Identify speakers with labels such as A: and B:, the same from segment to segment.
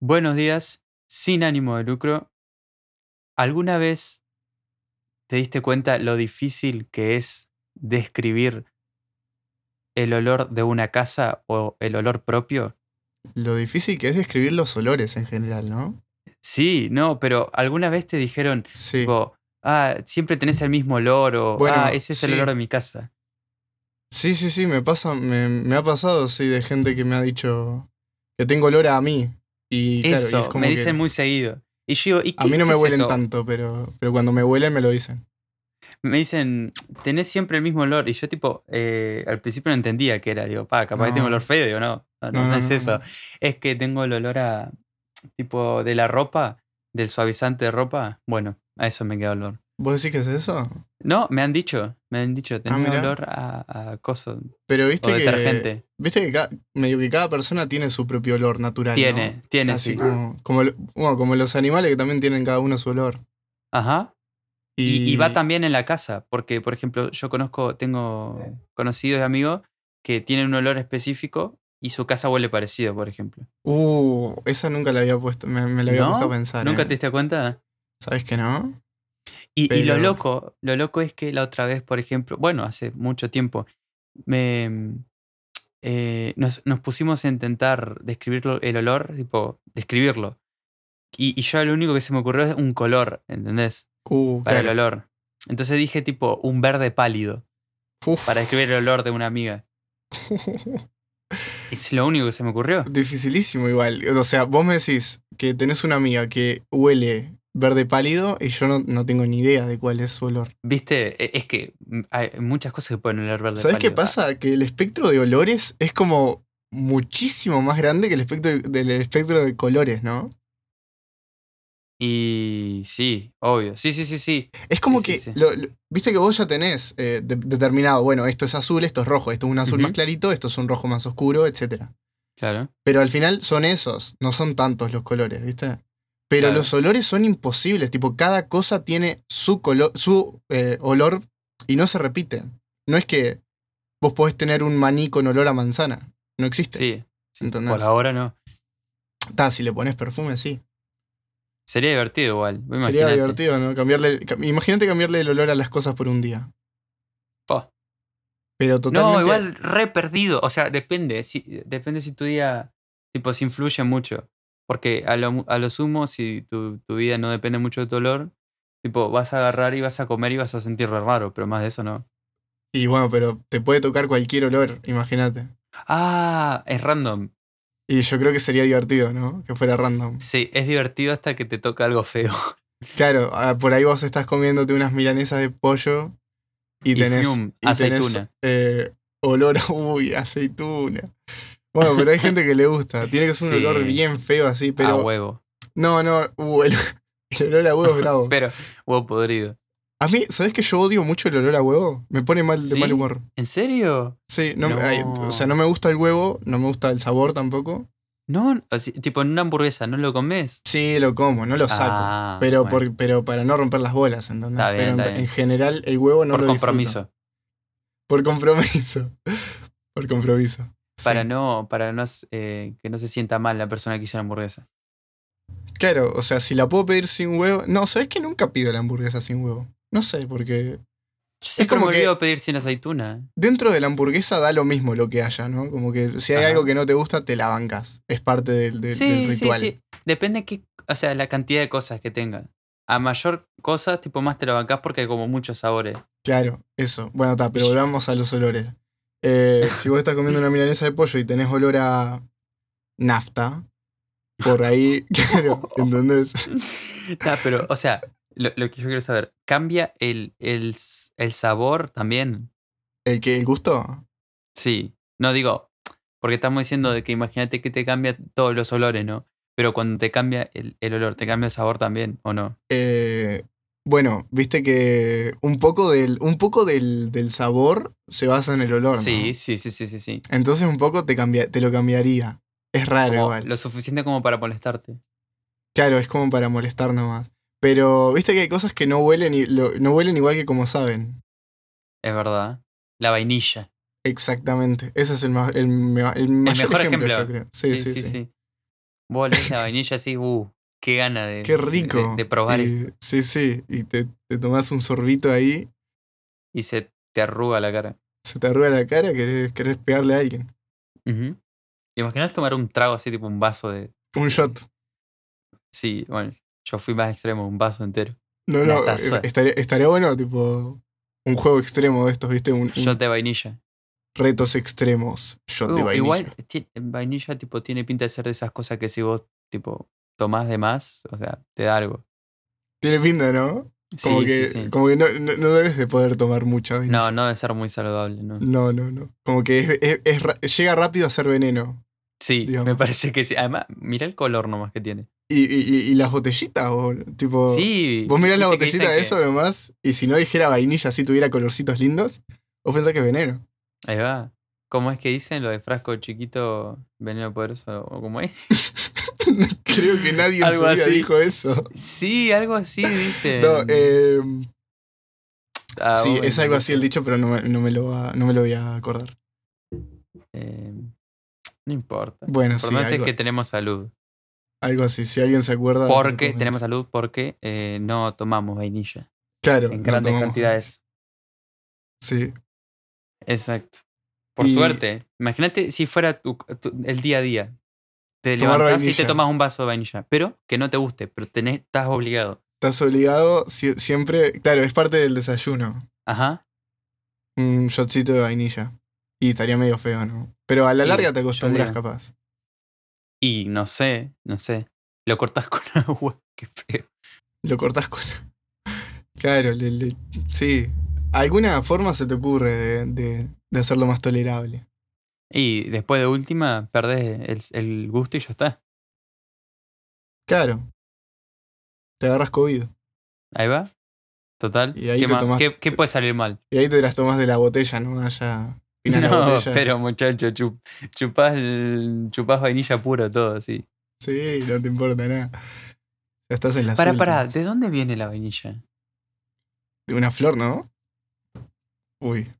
A: Buenos días, sin ánimo de lucro. ¿Alguna vez te diste cuenta lo difícil que es describir el olor de una casa o el olor propio?
B: Lo difícil que es describir los olores en general, ¿no?
A: Sí, no, pero ¿alguna vez te dijeron,
B: Sí.
A: tipo, ah, siempre tenés el mismo olor o
B: Bueno,
A: ah, ese es el
B: sí.
A: olor de mi casa?
B: Sí, sí, sí, me pasa, me, me ha pasado, sí, de gente que me ha dicho que tengo olor a mí. Y claro, y
A: Eso,
B: es como
A: me
B: que
A: dicen muy seguido. Y yo digo, ¿y
B: a
A: qué-
B: mí no
A: qué
B: me
A: es
B: huelen
A: eso?
B: tanto, pero, pero cuando me huelen me lo dicen.
A: Me dicen, tenés siempre el mismo olor. Y yo, tipo, eh, al principio no entendía qué era. Digo, pa, capaz que tengo
B: No.
A: olor feo. Digo, no, no, no,
B: No,
A: no
B: no,
A: es
B: no,
A: eso.
B: no.
A: Es que tengo el olor a, tipo, de la ropa, del suavizante de ropa. Bueno, a eso me queda olor.
B: ¿Vos decís que es eso?
A: No, me han dicho, me han dicho, tenés
B: mirá.
A: olor a, a coso
B: Pero
A: o
B: Ah, viste que.
A: detergente.
B: Viste que ca- medio que cada persona tiene su propio olor natural.
A: Tiene,
B: ¿no?
A: tiene,
B: Así
A: sí.
B: como, como, lo- bueno, como los animales que también tienen cada uno su olor.
A: Ajá. Y,
B: Y,
A: y va también en la casa, porque, por ejemplo, yo conozco, tengo conocidos y amigos que tienen un olor específico y su casa huele parecido, por ejemplo.
B: Uh, esa nunca la había puesto, me, me la había
A: ¿No?
B: puesto a pensar.
A: ¿Nunca
B: eh.
A: te diste cuenta?
B: ¿Sabes que no?
A: Y, y lo
B: Pero-
A: loco, lo loco es que la otra vez, por ejemplo, bueno, hace mucho tiempo, me, eh, nos, nos pusimos a intentar describir lo- el olor, tipo, describirlo. Y, y yo lo único que se me ocurrió es un color, ¿entendés?
B: Uh,
A: Para
B: claro.
A: el olor. Entonces dije tipo un verde pálido
B: Uf.
A: para describir el olor de una amiga. Es lo único que se me ocurrió.
B: Dificilísimo igual. O sea, vos me decís que tenés una amiga que huele verde pálido y yo no, no tengo ni idea de cuál es su olor.
A: Viste, E- es que mm, hay muchas cosas que pueden oler verde
B: ¿Sabés
A: pálido. ah.
B: qué pasa? Que el espectro de olores es como muchísimo más grande que el espectro de- del espectro de colores, ¿no?
A: Y sí, obvio. Sí, sí, sí, sí.
B: Es como
A: Sí, sí,
B: que,
A: sí.
B: lo- lo- viste que vos ya tenés eh, de- determinado, bueno, esto es azul, esto es rojo, esto es un azul más
A: Ujú.
B: clarito, esto es un rojo más oscuro, etcétera.
A: Claro.
B: Pero al final son esos, no son tantos los colores, ¿viste? Pero
A: Claro.
B: los olores son imposibles, tipo, cada cosa tiene su color, su eh, olor y no se repiten. No es que vos podés tener un maní con olor a manzana. No existe.
A: Sí. sí.
B: ¿Entendés?
A: Por ahora no.
B: Está, si le pones perfume, sí.
A: Sería divertido igual. vos
B: Sería
A: imaginate.
B: divertido, ¿no? Cambiarle. cam- Imagínate cambiarle el olor a las cosas por un día.
A: Po.
B: Pero
A: Oh. No,
B: totalmente.
A: igual re perdido. O sea, depende. Si, depende si tu día, tipo, si influye mucho. Porque a lo, mu- a lo sumo, si tu, tu vida no depende mucho de tu olor, tipo, vas a agarrar y vas a comer y vas a sentir re raro, pero más de eso no.
B: Y bueno, pero te puede tocar cualquier olor, imagínate.
A: Ah, es random.
B: Y yo creo que sería divertido, ¿no? Que fuera random.
A: Sí, es divertido hasta que te toca algo feo.
B: Claro, ah, por ahí vos estás comiéndote unas milanesas de pollo y
A: Y
B: tenés,
A: fium,
B: y tenés,
A: aceituna.
B: eh, olor a uy, aceituna. Bueno, pero hay gente que le gusta. Tiene que ser un
A: Sí. Ah,
B: olor bien feo así, pero
A: a huevo.
B: no, no, uh, el, el olor a huevo es bravo.
A: Pero, huevo podrido.
B: A mí, ¿sabés que yo odio mucho el olor a huevo? Me pone mal de
A: ¿Sí?
B: mal humor.
A: ¿En serio?
B: Sí, no,
A: No.
B: ay, o sea, no me gusta el huevo, no me gusta el sabor tampoco.
A: No, o si- tipo, en una hamburguesa, ¿no lo comes?
B: Sí, lo como, no lo saco.
A: Ah,
B: pero,
A: bueno,
B: por- pero para no romper las bolas, ¿entendés?
A: Está bien,
B: pero en,
A: está bien.
B: en general el huevo no
A: por
B: lo disfruto.
A: compromiso.
B: Por compromiso. Por compromiso. Sí.
A: Para no, para no s- eh, que no se sienta mal la persona que hizo la hamburguesa.
B: Claro, o sea, si la puedo pedir sin huevo. No, ¿sabes que nunca pido la hamburguesa sin huevo? No sé,
A: Yo
B: porque
A: siempre
B: como
A: me
B: que-
A: olvido pedir sin aceituna.
B: dentro de la hamburguesa da lo mismo lo que haya, ¿no? Como que si hay
A: Ajá.
B: algo que no te gusta, te la bancas. Es parte del, del- del
A: sí, sí,
B: ritual.
A: sí. Depende que, o sea, la cantidad de cosas que tenga. A mayor cosa, tipo más te lo bancás porque hay como muchos sabores.
B: Claro, eso. Bueno, está, pero volvamos a los olores. Eh, si vos estás comiendo una milanesa de pollo y tenés olor a nafta, por ahí, claro, ¿entendés?
A: Nah, pero, o sea, lo, lo que yo quiero saber, ¿cambia el, el, s- el sabor también?
B: ¿El, que, ¿El gusto?
A: Sí. No digo, porque estamos
B: Mm.
A: diciendo de que imagínate que te cambia todos los olores, ¿no? Pero cuando te cambia el, el olor, ¿te cambia el sabor también o no?
B: Eh, bueno, viste que un poco, del, un poco del, del sabor se basa en el olor, ¿no?
A: Sí, sí, sí, sí, sí, sí.
B: Entonces un poco te, cambia, te lo cambiaría. Es raro
A: Como
B: igual.
A: lo suficiente como para molestarte.
B: Claro, es como para molestar nomás. Pero viste que hay cosas que no huelen, y, lo- no huelen igual que como saben.
A: Es verdad. La vainilla.
B: Exactamente. Ese es el, ma- el, ma- el mayor
A: mejor
B: ejemplo,
A: ejemplo.
B: yo creo. Sí sí, sí,
A: sí. Vos lees la vainilla así, uh, qué gana de,
B: Qué rico.
A: de, de probar
B: Y-
A: esto.
B: Sí, sí. Y te, te tomás un sorbito ahí,
A: Y se te arruga la cara.
B: se te arruga la cara, querés, querés pegarle a alguien.
A: Ujú. ¿Te imaginas tomar un trago así, tipo un vaso de.
B: Un shot.
A: Sí, bueno, yo fui más extremo, un vaso entero.
B: No,
A: Una
B: no,
A: taza.
B: eh, estaría, estaría bueno, tipo, un juego extremo de estos, ¿viste? Un, un
A: Shot de vainilla.
B: retos extremos, shot de
A: Uh,
B: vainilla.
A: igual, ti- vainilla, tipo, tiene pinta de ser de esas cosas que si vos, tipo, tomás de más, o sea, te da algo.
B: Tiene pinta, ¿no? Como
A: sí,
B: que,
A: sí, sí.
B: Como que no, no, no debes de poder tomar mucha
A: No,
B: vainilla.
A: no debe ser muy saludable, ¿no?
B: No, no, no. Como que es- es- es ra- llega rápido a ser veneno.
A: Sí, me
B: Digamos.
A: parece que sí. Además, mira el color nomás que tiene.
B: Y, y- y- y las botellitas, bol- tipo...
A: sí.
B: Oh, Vos mirás la
A: viste que
B: botellita de eso
A: dicen
B: nomás, y si no dijera vainilla, si tuviera colorcitos lindos, vos pensás que es veneno.
A: que- Ahí va. ¿Cómo es que dicen lo de frasco chiquito, veneno poderoso o cómo es?
B: Creo que nadie en su
A: Algo
B: vida
A: así.
B: dijo eso.
A: Sí, algo así dice.
B: No, eh,
A: Ah,
B: sí, es algo así el dicho, pero no me, no me lo, va- no me lo voy a acordar.
A: Eh, no importa. Lo
B: Bueno, sí,
A: importante
B: algo, Ah,
A: es que tenemos salud.
B: algo así. Si alguien se acuerda.
A: Porque
B: comenta.
A: tenemos salud porque eh, no tomamos vainilla
B: Claro,
A: en
B: no
A: grandes
B: tomamos.
A: cantidades.
B: Sí,
A: Exacto. Por
B: Y-
A: suerte. Imagínate si fuera tu- tu- el día a día. Te
B: Tomar
A: levantás y te
B: vainilla.
A: tomas un vaso de vainilla. Pero que no te guste, pero tenés, estás obligado.
B: estás obligado si- siempre. Claro, es parte del desayuno.
A: Ajá.
B: Un shotcito de vainilla. Y estaría medio feo, ¿no? Pero a la
A: Y
B: larga te
A: yo
B: acostumbras,
A: digo-
B: capaz.
A: Y no sé, no sé. Lo cortás con agua. Qué feo.
B: Lo cortás con. Claro, le- le- sí. ¿Alguna forma se te ocurre de, de- de hacerlo más tolerable?
A: Y después de última, perdés el, el gusto y ya está.
B: Claro. Te agarras COVID.
A: Ahí va. Total.
B: Y ahí
A: ¿Qué,
B: te
A: más?
B: tomás-
A: ¿Qué- qué puede salir mal?
B: Y ahí te las tomas de la botella, ¿no? Allá. Final la
A: No,
B: botella.
A: pero muchacho, chup- chupás, el- chupás vainilla puro todo, sí.
B: Sí, no te importa nada. Ya estás en la
A: Para, para, ¿de dónde viene la vainilla?
B: De una flor, ¿no? Uy.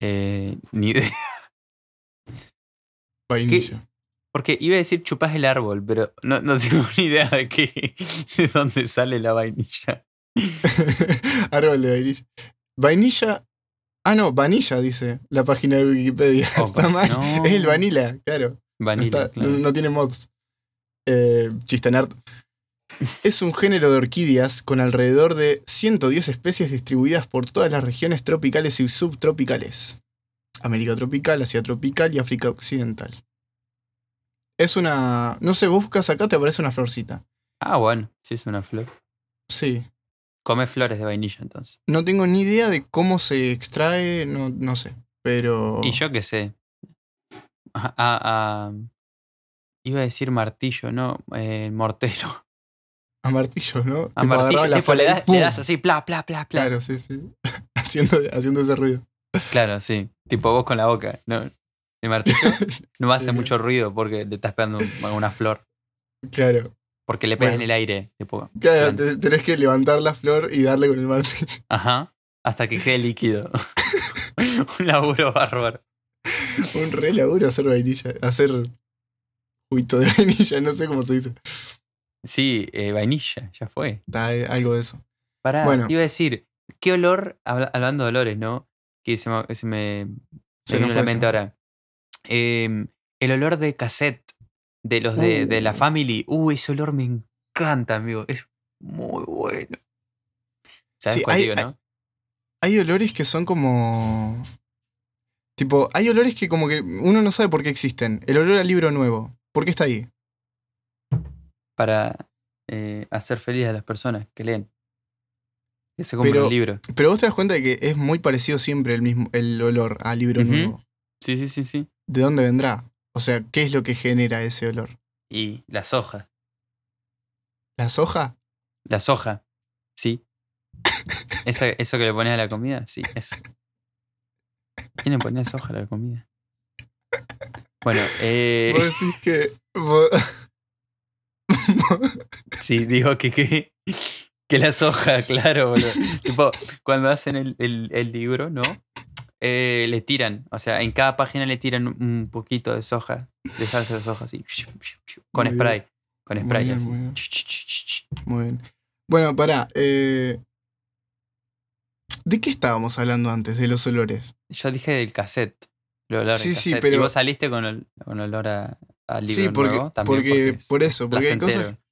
A: Eh, ni idea.
B: Vainilla.
A: Porque iba a decir chupás el árbol, pero no, no tengo ni idea de qué, de dónde sale la vainilla.
B: Árbol de vainilla. Vainilla. Ah, no, vanilla, dice la página de Wikipedia.
A: Opa,
B: Está mal.
A: no.
B: Es el vanilla, claro. No,
A: Vanilla,
B: está-
A: claro.
B: no- no tiene mods. Eh, chiste nerd. Es un género de orquídeas con alrededor de 110 especies distribuidas por todas las regiones tropicales y subtropicales. América tropical, Asia tropical y África occidental. Es una... No sé, buscas acá, te aparece una florcita.
A: Ah, bueno, sí es una flor.
B: Sí.
A: Come flores de vainilla entonces.
B: No tengo ni idea de cómo se extrae, no, no sé. Pero...
A: Y yo qué sé. A- a- a- iba a decir martillo, no, eh, mortero.
B: A martillos, ¿no?
A: A
B: Tipo, agarraba
A: martillo,
B: la
A: tipo, le,
B: flor y
A: das,
B: ¡pum!
A: le das así, pla, pla, pla, pla. Claro.
B: Claro, sí, sí. haciendo, haciendo ese ruido.
A: sí. Tipo vos con la boca, ¿no? El martillo no hace
B: Sí.
A: mucho ruido porque te estás pegando un- una flor.
B: Claro.
A: Porque le pegas
B: Bueno,
A: en el aire. Tipo,
B: Claro,
A: Plan.
B: te- tenés que levantar la flor y darle con el martillo.
A: ajá. Hasta que quede líquido. un laburo bárbaro.
B: Un re laburo hacer vainilla. Hacer juguito de vainilla, no sé cómo se dice.
A: Sí, eh, vainilla, ya fue.
B: Está, eh, algo de eso.
A: Pará,
B: Bueno.
A: te iba a decir, ¿qué olor, habla- hablando de olores, ¿no? Que se me, se me, me
B: Se
A: vino
B: nos
A: a la
B: fue
A: mente
B: eso.
A: ahora. Eh, el olor de cassette, de los de, de la
B: Uh.
A: family. Uh, ese olor me encanta, amigo. Es muy bueno. ¿Sabes
B: Sí,
A: cuál
B: hay-
A: digo,
B: hay-
A: no?
B: Hay olores que son como. Tipo, hay olores que como que uno no sabe por qué existen. El olor al libro nuevo. ¿Por qué está ahí?
A: Para eh, hacer feliz a las personas que leen. Que se compran
B: Pero-
A: el libro.
B: Pero vos te das cuenta de que es muy parecido siempre el mismo el olor al libro
A: Ujú.
B: nuevo.
A: Sí, sí, sí, sí.
B: ¿De dónde vendrá? O sea, ¿qué es lo que genera ese olor?
A: Y la soja.
B: ¿La soja?
A: La soja. Sí. Esa- eso que le pones a la comida, sí, eso. ¿Quién le ponía soja a la comida? Bueno, eh,
B: Vos decís que. vos-
A: sí, digo que, que, que la soja, claro, boludo. Tipo, cuando hacen el, el- el libro, ¿no? eh, le tiran, o sea, en cada página le tiran un poquito de soja, de salsa de soja, así, con
B: Muy
A: spray. Con
B: Muy
A: spray,
B: bien,
A: así.
B: muy bien. Muy bien. Bueno, pará. eh, ¿De qué estábamos hablando antes? De los olores.
A: Yo dije del cassette. el olor al
B: Sí, sí,
A: cassette.
B: pero-
A: Y vos saliste con, el, con olor a, a libro
B: sí, porque,
A: nuevo también.
B: porque,
A: es
B: por eso, porque hay cosas,
A: placentero.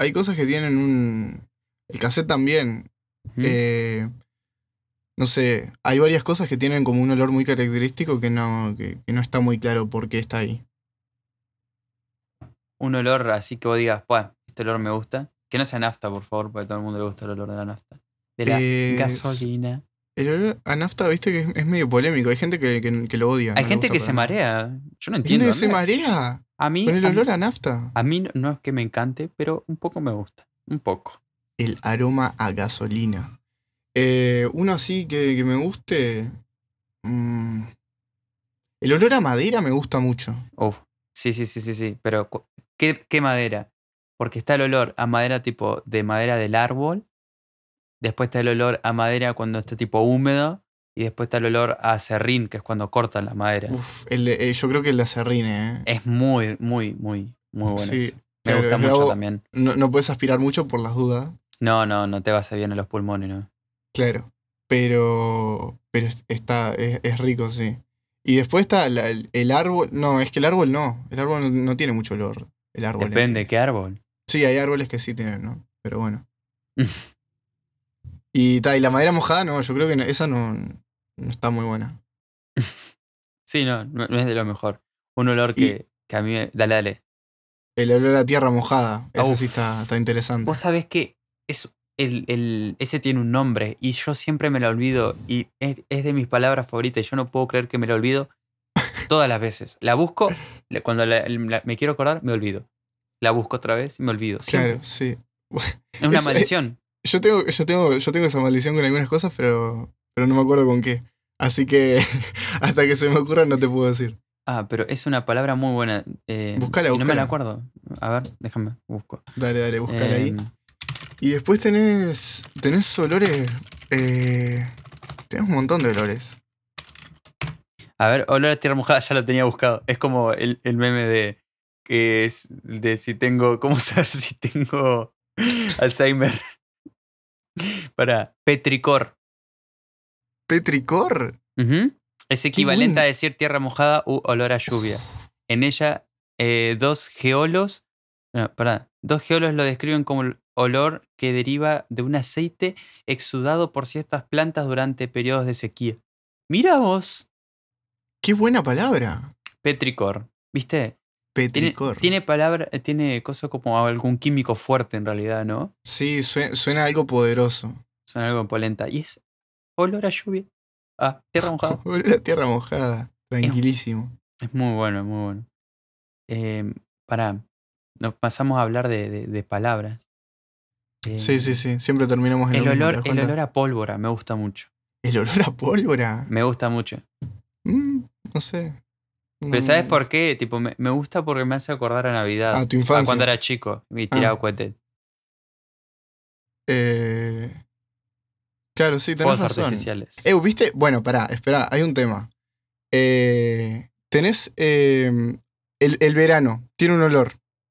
B: hay cosas que tienen un... El cassette también.
A: ¿Mm?
B: eh, no sé, hay varias cosas que tienen como un olor muy característico que no, que, que no está muy claro por qué está ahí.
A: un olor así que vos digas, "Buah, este olor me gusta. Que no sea nafta, por favor, porque a todo el mundo le gusta el olor de la nafta. De la
B: Eh,
A: gasolina.
B: El olor a nafta, viste que es, es medio polémico. Hay gente que, que- que lo odia.
A: Hay
B: no le
A: gente
B: gusta
A: que
B: para
A: se
B: nada.
A: marea. Yo no
B: Hay gente
A: entiendo.
B: que
A: A
B: se
A: mí-
B: marea
A: A mí,
B: con el
A: a mí-
B: olor a nafta.
A: a mí no- no es que me encante, pero un poco me gusta. Un poco.
B: El aroma a gasolina. Eh, uno así que, que me guste. mm, el olor a madera me gusta mucho.
A: Uf. Sí, sí, sí, sí, sí. Pero, cu- ¿qué, qué madera? Porque está el olor a madera tipo de madera del árbol. Después está el olor a madera cuando está tipo húmedo. Y después está el olor a serrín, que es cuando cortan la madera.
B: Uf, el de- eh, yo creo que el de acerrine, ¿eh?
A: Es muy, muy, muy, muy bueno.
B: Sí,
A: ese. Me
B: claro,
A: gusta
B: es
A: mucho
B: bravo.
A: también.
B: No, no puedes aspirar mucho por las dudas.
A: No, no, no te va a hacer bien a los pulmones, ¿no?
B: Claro. Pero. Pero es- está. Es, es rico, sí. Y después está la- el, el árbol. No, es que el árbol no. El árbol no, no tiene mucho olor. El árbol. este. en sí.
A: Depende, ¿qué árbol?
B: Sí, hay árboles que sí tienen, ¿no? Pero bueno. y, ta, y la madera mojada, no, yo creo que no- esa no, no está muy buena.
A: Sí, no, no no es de lo mejor. Un olor que, que a mí me... Dale, dale.
B: El olor a tierra mojada, esa
A: Uf.
B: sí está, está interesante.
A: Vos sabés que es el, el- ese tiene un nombre y yo siempre me lo olvido y es, es de mis palabras favoritas y yo no puedo creer que me lo olvido todas las veces. La busco, la- cuando la- la- me quiero acordar, me olvido. La busco otra vez y me olvido. siempre.
B: Claro, sí.
A: Es una
B: Eso es- eh,
A: maldición.
B: Yo tengo, yo tengo, yo tengo esa maldición con algunas cosas, pero, pero no me acuerdo con qué. Así que hasta que se me ocurra no te puedo decir.
A: Ah, pero es una palabra muy buena. eh,
B: Buscala,
A: y No me
B: buscala.
A: la acuerdo. A ver, déjame, busco.
B: Dale, dale, buscar ahí.
A: Em,
B: Y después tenés. tenés olores. eh, tenés un montón de olores.
A: A ver, olor a tierra mojada ya lo tenía buscado. Es como el, el meme de que es de si tengo. ¿Cómo saber si tengo Alzheimer? Para petricor.
B: Petricor.
A: Ujú. Es equivalente
B: bueno.
A: a decir tierra mojada u olor a lluvia. En ella, eh, dos geolos. No, perdón. Dos geolos lo describen como el olor que deriva de un aceite exudado por ciertas plantas durante periodos de sequía. Mira vos,
B: Qué buena palabra.
A: petricor. ¿Viste? Tiene,
B: Petricor.
A: tiene palabra, eh, tiene cosas como algún químico fuerte en realidad, ¿no?
B: Sí, sue- suena algo poderoso.
A: Son algo polenta. Y es olor a lluvia, a tierra mojada.
B: Olor a tierra mojada. Tranquilísimo.
A: es muy bueno, muy bueno. Eh, pará, nos pasamos a hablar de, de- de palabras. Eh,
B: Sí, sí, sí. Siempre terminamos en
A: El
B: lo mismo,
A: olor,
B: ¿te das
A: el
B: cuenta?
A: olor a pólvora me gusta mucho.
B: ¿El olor a pólvora.
A: Me gusta mucho.
B: Mm, no sé.
A: Pero
B: No-
A: ¿sabes por qué? Tipo, me, me gusta porque me hace acordar a Navidad.
B: Mm. A Ah, tu
A: a
B: infancia. Ah.
A: cuando era chico y tiraba cohetes.
B: Eh, Claro, sí, tenés
A: Fuegos
B: razón.
A: artificiales.
B: Eh, ¿viste? Bueno, pará, esperá, hay un tema. Eh, tenés eh, el, el verano, tiene un olor.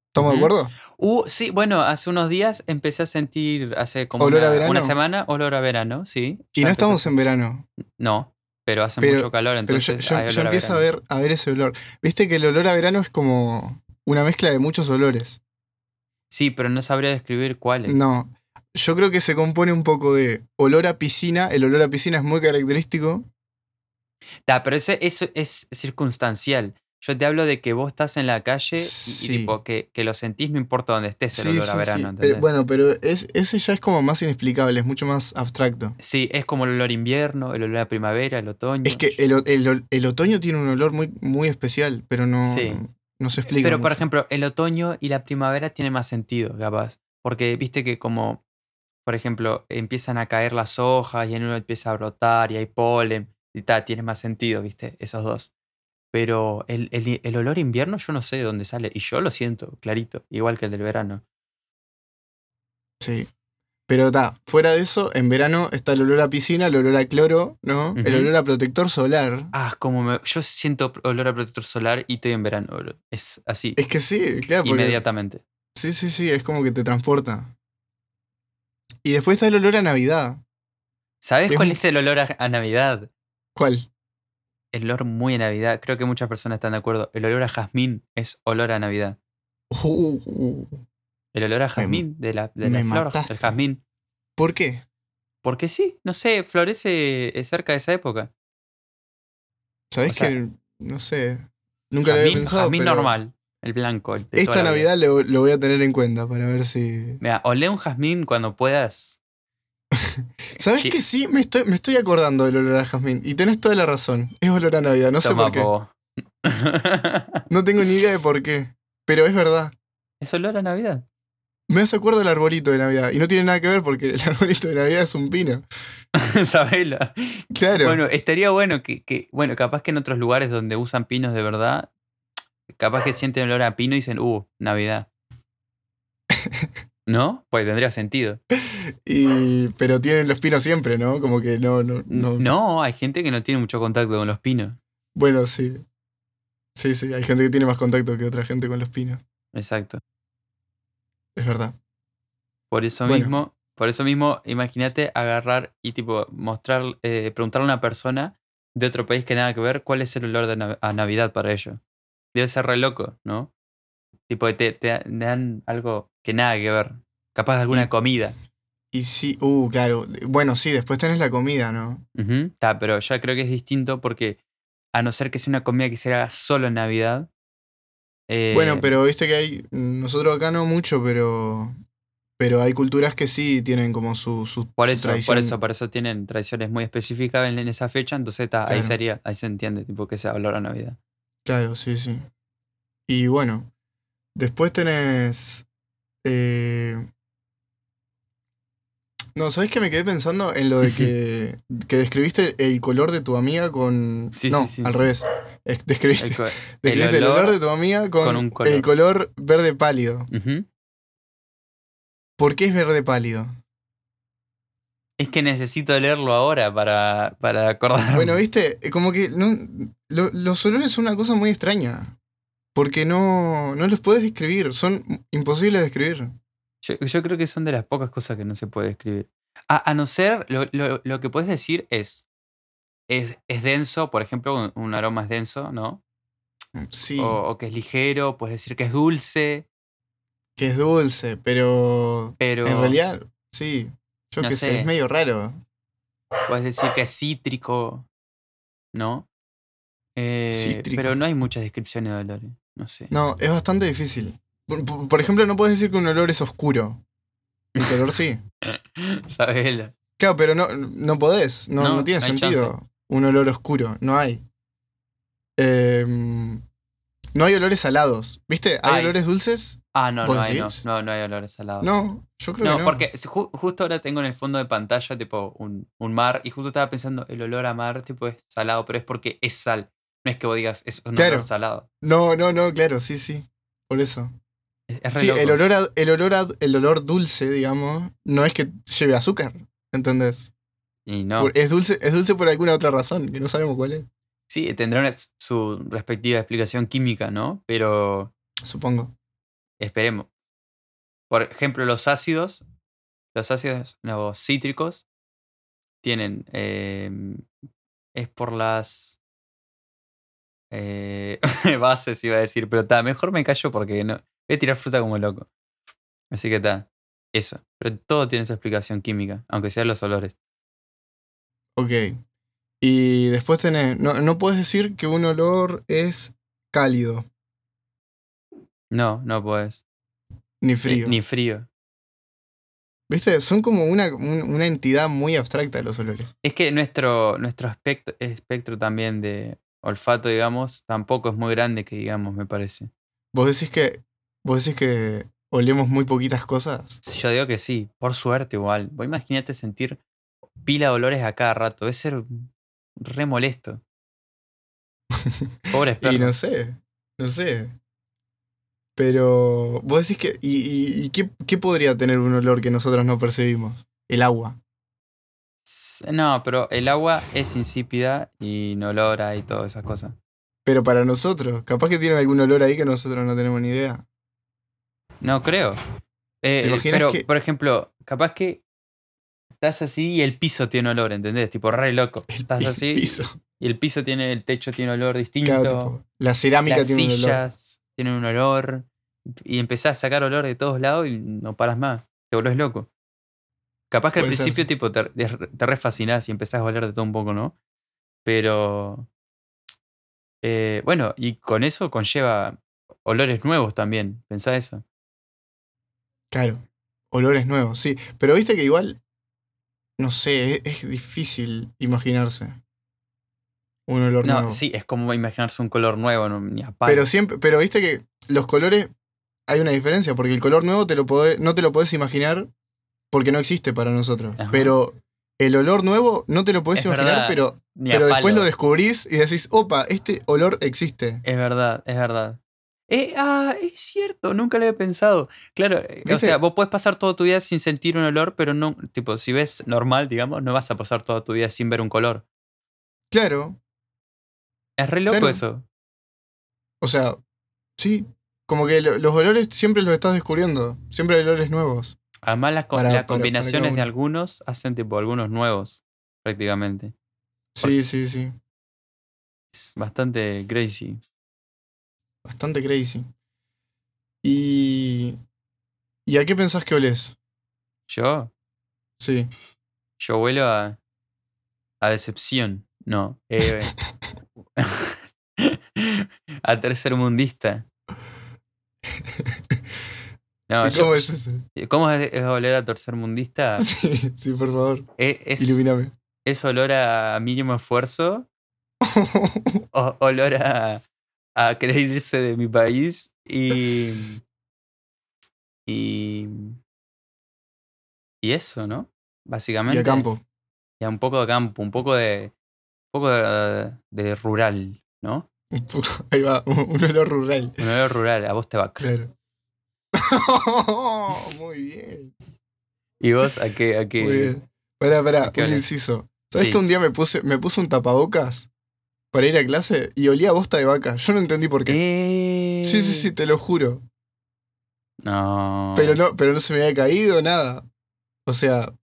B: ¿Estamos de
A: Ujú.
B: acuerdo?
A: Uh, sí, bueno, hace unos días empecé a sentir, hace como
B: ¿Olor a
A: una,
B: verano?
A: una semana, olor a verano, sí.
B: Y
A: Ya
B: no
A: empecé-
B: estamos en verano,
A: No, pero hace
B: Pero-
A: mucho calor,
B: pero
A: entonces
B: ya, ya-
A: hay
B: ya
A: olor
B: empieza a,
A: verano.
B: ver, a ver ese olor. Viste que el olor a verano es como una mezcla de muchos olores.
A: Sí, pero no sabría describir cuáles.
B: No, yo creo que se compone un poco de olor a piscina. El olor a piscina es muy característico.
A: Ta, pero ese- eso es circunstancial. Yo te hablo de que vos estás en la calle y- y,
B: Sí.
A: tipo que, que lo sentís no importa dónde estés el
B: Sí,
A: olor
B: sí,
A: a
B: sí.
A: verano, ¿entendés?
B: Pero, bueno, pero es- ese ya es como más inexplicable, es mucho más abstracto.
A: Sí, es como el olor a invierno, el olor a primavera, el otoño.
B: Es que el, o- el o- el otoño tiene un olor muy, muy especial, pero no,
A: Sí.
B: no se explica.
A: Pero, por
B: mucho.
A: ejemplo, el otoño y la primavera tienen más sentido, capaz. Porque viste que como, por ejemplo, empiezan a caer las hojas y en uno empieza a brotar y hay polen y tal, tiene más sentido, viste, esos dos. Pero el, el- el olor invierno yo no sé de dónde sale. Y yo lo siento, clarito, igual que el del verano.
B: Sí. Pero está, fuera de eso, en verano está el olor a piscina, el olor a cloro, ¿no? El
A: Ujú.
B: olor a protector solar.
A: Ah, como me- yo siento olor a protector solar y estoy en verano, boludo. Es así,
B: Es que sí, claro, porque-
A: inmediatamente.
B: Sí, sí, sí, es como que te transporta. Y después está el olor a Navidad.
A: ¿Sabes
B: Es
A: cuál
B: un-
A: es el olor a, a Navidad?
B: ¿Cuál?
A: El olor muy a Navidad. Creo que muchas personas están de acuerdo. El olor a jazmín es olor a Navidad.
B: Uh,
A: El olor a jazmín de la, de la
B: me
A: flor,
B: mataste.
A: el jazmín.
B: ¿Por qué?
A: Porque sí, no sé, florece eh, cerca de esa época.
B: ¿Sabés
A: O sea,
B: que? No sé. Nunca lo había
A: Jazmín,
B: pensado.
A: jazmín
B: pero
A: normal, el blanco. el de toda
B: Esta
A: la vida.
B: Navidad lo, lo voy a tener en cuenta para ver si.
A: Mira, olé un jazmín cuando puedas.
B: ¿Sabés
A: Sí.
B: que sí? Me estoy, me estoy acordando del olor a jazmín. Y tenés toda la razón. Es olor a Navidad. No sé
A: Toma,
B: por qué.
A: bobo.
B: No tengo ni idea de por qué. Pero es verdad.
A: es olor a Navidad.
B: Me hace acuerdo del arbolito de Navidad. Y no tiene nada que ver porque el arbolito de Navidad es un pino.
A: Sabelo.
B: Claro.
A: Bueno, estaría bueno que, que- bueno, capaz que en otros lugares donde usan pinos de verdad, capaz que sienten olor a pino y dicen, uh, Navidad. ¿No? Pues tendría sentido.
B: Y, pero tienen los pinos siempre, ¿no? Como que no, no, no.
A: No. hay gente que no tiene mucho contacto con los pinos.
B: Bueno, sí. Sí, sí, hay gente que tiene más contacto que otra gente con los pinos.
A: Exacto.
B: Es verdad.
A: Por eso
B: Bueno.
A: mismo, por eso mismo, imagínate agarrar y tipo mostrar, eh, preguntarle a una persona de otro país que nada que ver cuál es el olor de Nav- a Navidad para ellos. Debe ser re loco, ¿no? Tipo, te, te da- te dan algo que nada que ver. Capaz de alguna
B: Y-
A: comida.
B: Y sí, uh, claro. Bueno, sí, después tenés la comida, ¿no?
A: Ujú, ta, pero ya creo que es distinto porque a no ser que sea una comida que se haga solo en Navidad. eh,
B: Bueno, pero viste que hay. Nosotros acá no mucho, pero. Pero hay culturas que sí tienen como su, su,
A: Por
B: su
A: eso,
B: tradición.
A: por eso, por eso tienen tradiciones muy específicas en, en esa fecha, entonces ta, ahí
B: Claro.
A: sería, ahí se entiende, tipo que sea olor a Navidad.
B: Claro, sí, sí. Y bueno. Después tenés. eh, No, ¿sabés que me quedé pensando en lo de
A: Ujú.
B: que, que describiste el color de tu amiga con.
A: Sí,
B: no,
A: sí, sí.
B: al revés. Es- Describiste.
A: El co-
B: Describiste el
A: olor
B: olor, de tu amiga con,
A: con un color.
B: el color verde pálido.
A: Ujú.
B: ¿Por qué es verde pálido?
A: Es que necesito leerlo ahora para, para acordarme.
B: Bueno, viste, Eh, como que no, lo- los olores son una cosa muy extraña. Porque no, no los puedes describir, son imposibles de describir.
A: yo, yo creo que son de las pocas cosas que no se puede describir. A, a no ser, lo, lo- lo que puedes decir es, es, es denso, por ejemplo, un, un aroma es denso, ¿no?
B: Sí,
A: O, o que es ligero, puedes decir que es dulce,
B: que es dulce, pero,
A: pero
B: en realidad, sí. Yo
A: No
B: qué sé,
A: sé.
B: es medio raro.
A: puedes decir que es cítrico, ¿no? Eh,
B: Cítrico.
A: Pero no hay muchas descripciones de olores, no sé.
B: No, es bastante difícil. Por, por- por ejemplo, no puedes decir que un olor es oscuro. El color sí.
A: Sabela.
B: Claro, pero no, no podés, no,
A: No,
B: no tiene
A: no hay
B: sentido un olor oscuro, no hay. Em, no hay olores salados, ¿viste? ¿Hay,
A: Hay.
B: olores dulces?
A: Ah, no,
B: ¿Vos
A: no hay, no,
B: decís?
A: no, no hay olores salados.
B: No, yo creo
A: No,
B: que no.
A: porque si ju- justo ahora tengo en el fondo de pantalla tipo un, un mar y justo estaba pensando el olor a mar tipo es salado, pero es porque es sal. No es que vos digas es un
B: Claro.
A: olor salado.
B: No, no, no, claro, sí, sí. Por eso.
A: Es, es re
B: Sí,
A: loco.
B: el olor, a- el, olor a- el olor dulce, digamos, no es que lleve azúcar, ¿entendés?
A: Y no.
B: Por- es, dulce, es dulce por alguna otra razón, que no sabemos cuál es,
A: Sí, tendrá una- su respectiva explicación química, ¿no? Pero
B: supongo.
A: esperemos. Por ejemplo, los ácidos, los ácidos no, cítricos tienen eh, es por las eh, bases iba a decir, pero está mejor me callo porque no voy a tirar fruta como loco. Así que está eso. Pero todo tiene su explicación química, aunque sean los olores.
B: Ok. Y después tenés, no, no puedes decir que un olor es cálido,
A: No, no puedes.
B: ni
A: Ni-
B: frío.
A: Eh, Ni frío.
B: ¿Viste? Son como una, un- una entidad muy abstracta los olores.
A: Es que nuestro, nuestro espectro, espectro también de olfato, digamos, tampoco es muy grande que digamos, me parece.
B: ¿Vos decís que, vos decís que olemos muy poquitas cosas?
A: Yo digo que sí, por suerte igual. Vos imaginate sentir pila de olores a cada rato. Debe ser re molesto. Pobres
B: Y
A: perros.
B: no sé, no sé. Pero vos decís que... ¿Y, y- y qué, qué podría tener un olor que nosotros no percibimos? El agua.
A: S- No, pero el agua es insípida y inolora y todas esas cosas.
B: Pero para nosotros, capaz que tienen algún olor ahí que nosotros no tenemos ni idea.
A: No creo. Eh,
B: ¿Te
A: eh,
B: imaginas
A: pero,
B: que-
A: por ejemplo, capaz que estás así y el piso tiene olor, ¿entendés? Tipo, re loco. Estás
B: El
A: así
B: piso.
A: y el piso tiene, el techo tiene olor distinto.
B: Claro, tipo, la cerámica
A: las
B: tiene un olor.
A: sillas tienen un olor. Y empezás a sacar olor de todos lados y no paras más. Te volvés loco. Capaz que al
B: Puede ser,
A: principio,
B: sí.
A: tipo, te, te re fascinás y empezás a oler de todo un poco, ¿no? Pero. eh, bueno, y con eso conlleva olores nuevos también. Pensá eso.
B: Claro. Olores nuevos, sí. Pero viste que igual, no sé, es, es difícil imaginarse un olor
A: No,
B: nuevo.
A: sí, es como imaginarse un color nuevo, no, ni a palo.
B: Pero siempre, pero viste que los colores hay una diferencia, porque el color nuevo te lo podés- no te lo podés imaginar porque no existe para nosotros.
A: Ajá.
B: Pero el olor nuevo no te lo podés
A: Es
B: imaginar,
A: verdad,
B: pero,
A: Ni a
B: pero después
A: palo.
B: lo descubrís y decís, opa, este olor existe.
A: Es verdad, es verdad. Eh, ah, es cierto, nunca lo había pensado. Claro, eh, o
B: ¿Viste?
A: sea, vos puedes pasar toda tu vida sin sentir un olor, pero no, tipo, si ves normal, digamos, no vas a pasar toda tu vida sin ver un color.
B: Claro,
A: Es re loco
B: Claro.
A: eso.
B: o sea, sí. Como que lo- los olores siempre los estás descubriendo. Siempre hay olores nuevos.
A: Además, las, co-
B: Para-
A: las
B: para- para cada
A: combinaciones de
B: uno.
A: algunos hacen tipo algunos nuevos, prácticamente.
B: Sí, sí, sí.
A: Es bastante crazy.
B: Bastante crazy. Y. ¿Y a qué pensás que olés?
A: Yo,
B: Sí.
A: yo vuelo a, a decepción. No. eh, a tercermundista. No,
B: ¿Y
A: yo-
B: ¿Cómo es ese?
A: Eh, ¿Cómo es, es oler a tercermundista?
B: Sí, sí, por favor.
A: E- Es,
B: Ilumíname.
A: es olor a mínimo esfuerzo, o- olor a, a querer irse de mi país y. Y. Y eso, ¿no?
B: y
A: Básicamente.
B: a campo.
A: Y a un poco de campo, un poco de. Un poco de, de rural, ¿no?
B: Un poco- Ahí va, un, un olor rural.
A: Un olor rural, a vos te va.
B: Claro. Muy bien.
A: ¿Y vos a qué? A qué?
B: Muy bien. Pará, pará,
A: ¿Qué
B: un
A: olés?
B: inciso. ¿Sabes
A: Sí.
B: que un día me puse, me puse un tapabocas para ir a clase y olía a bosta de vaca? Yo no entendí por qué.
A: Eh,
B: Sí, sí, sí, te lo juro.
A: No.
B: Pero no, pero no se me había caído nada. O sea,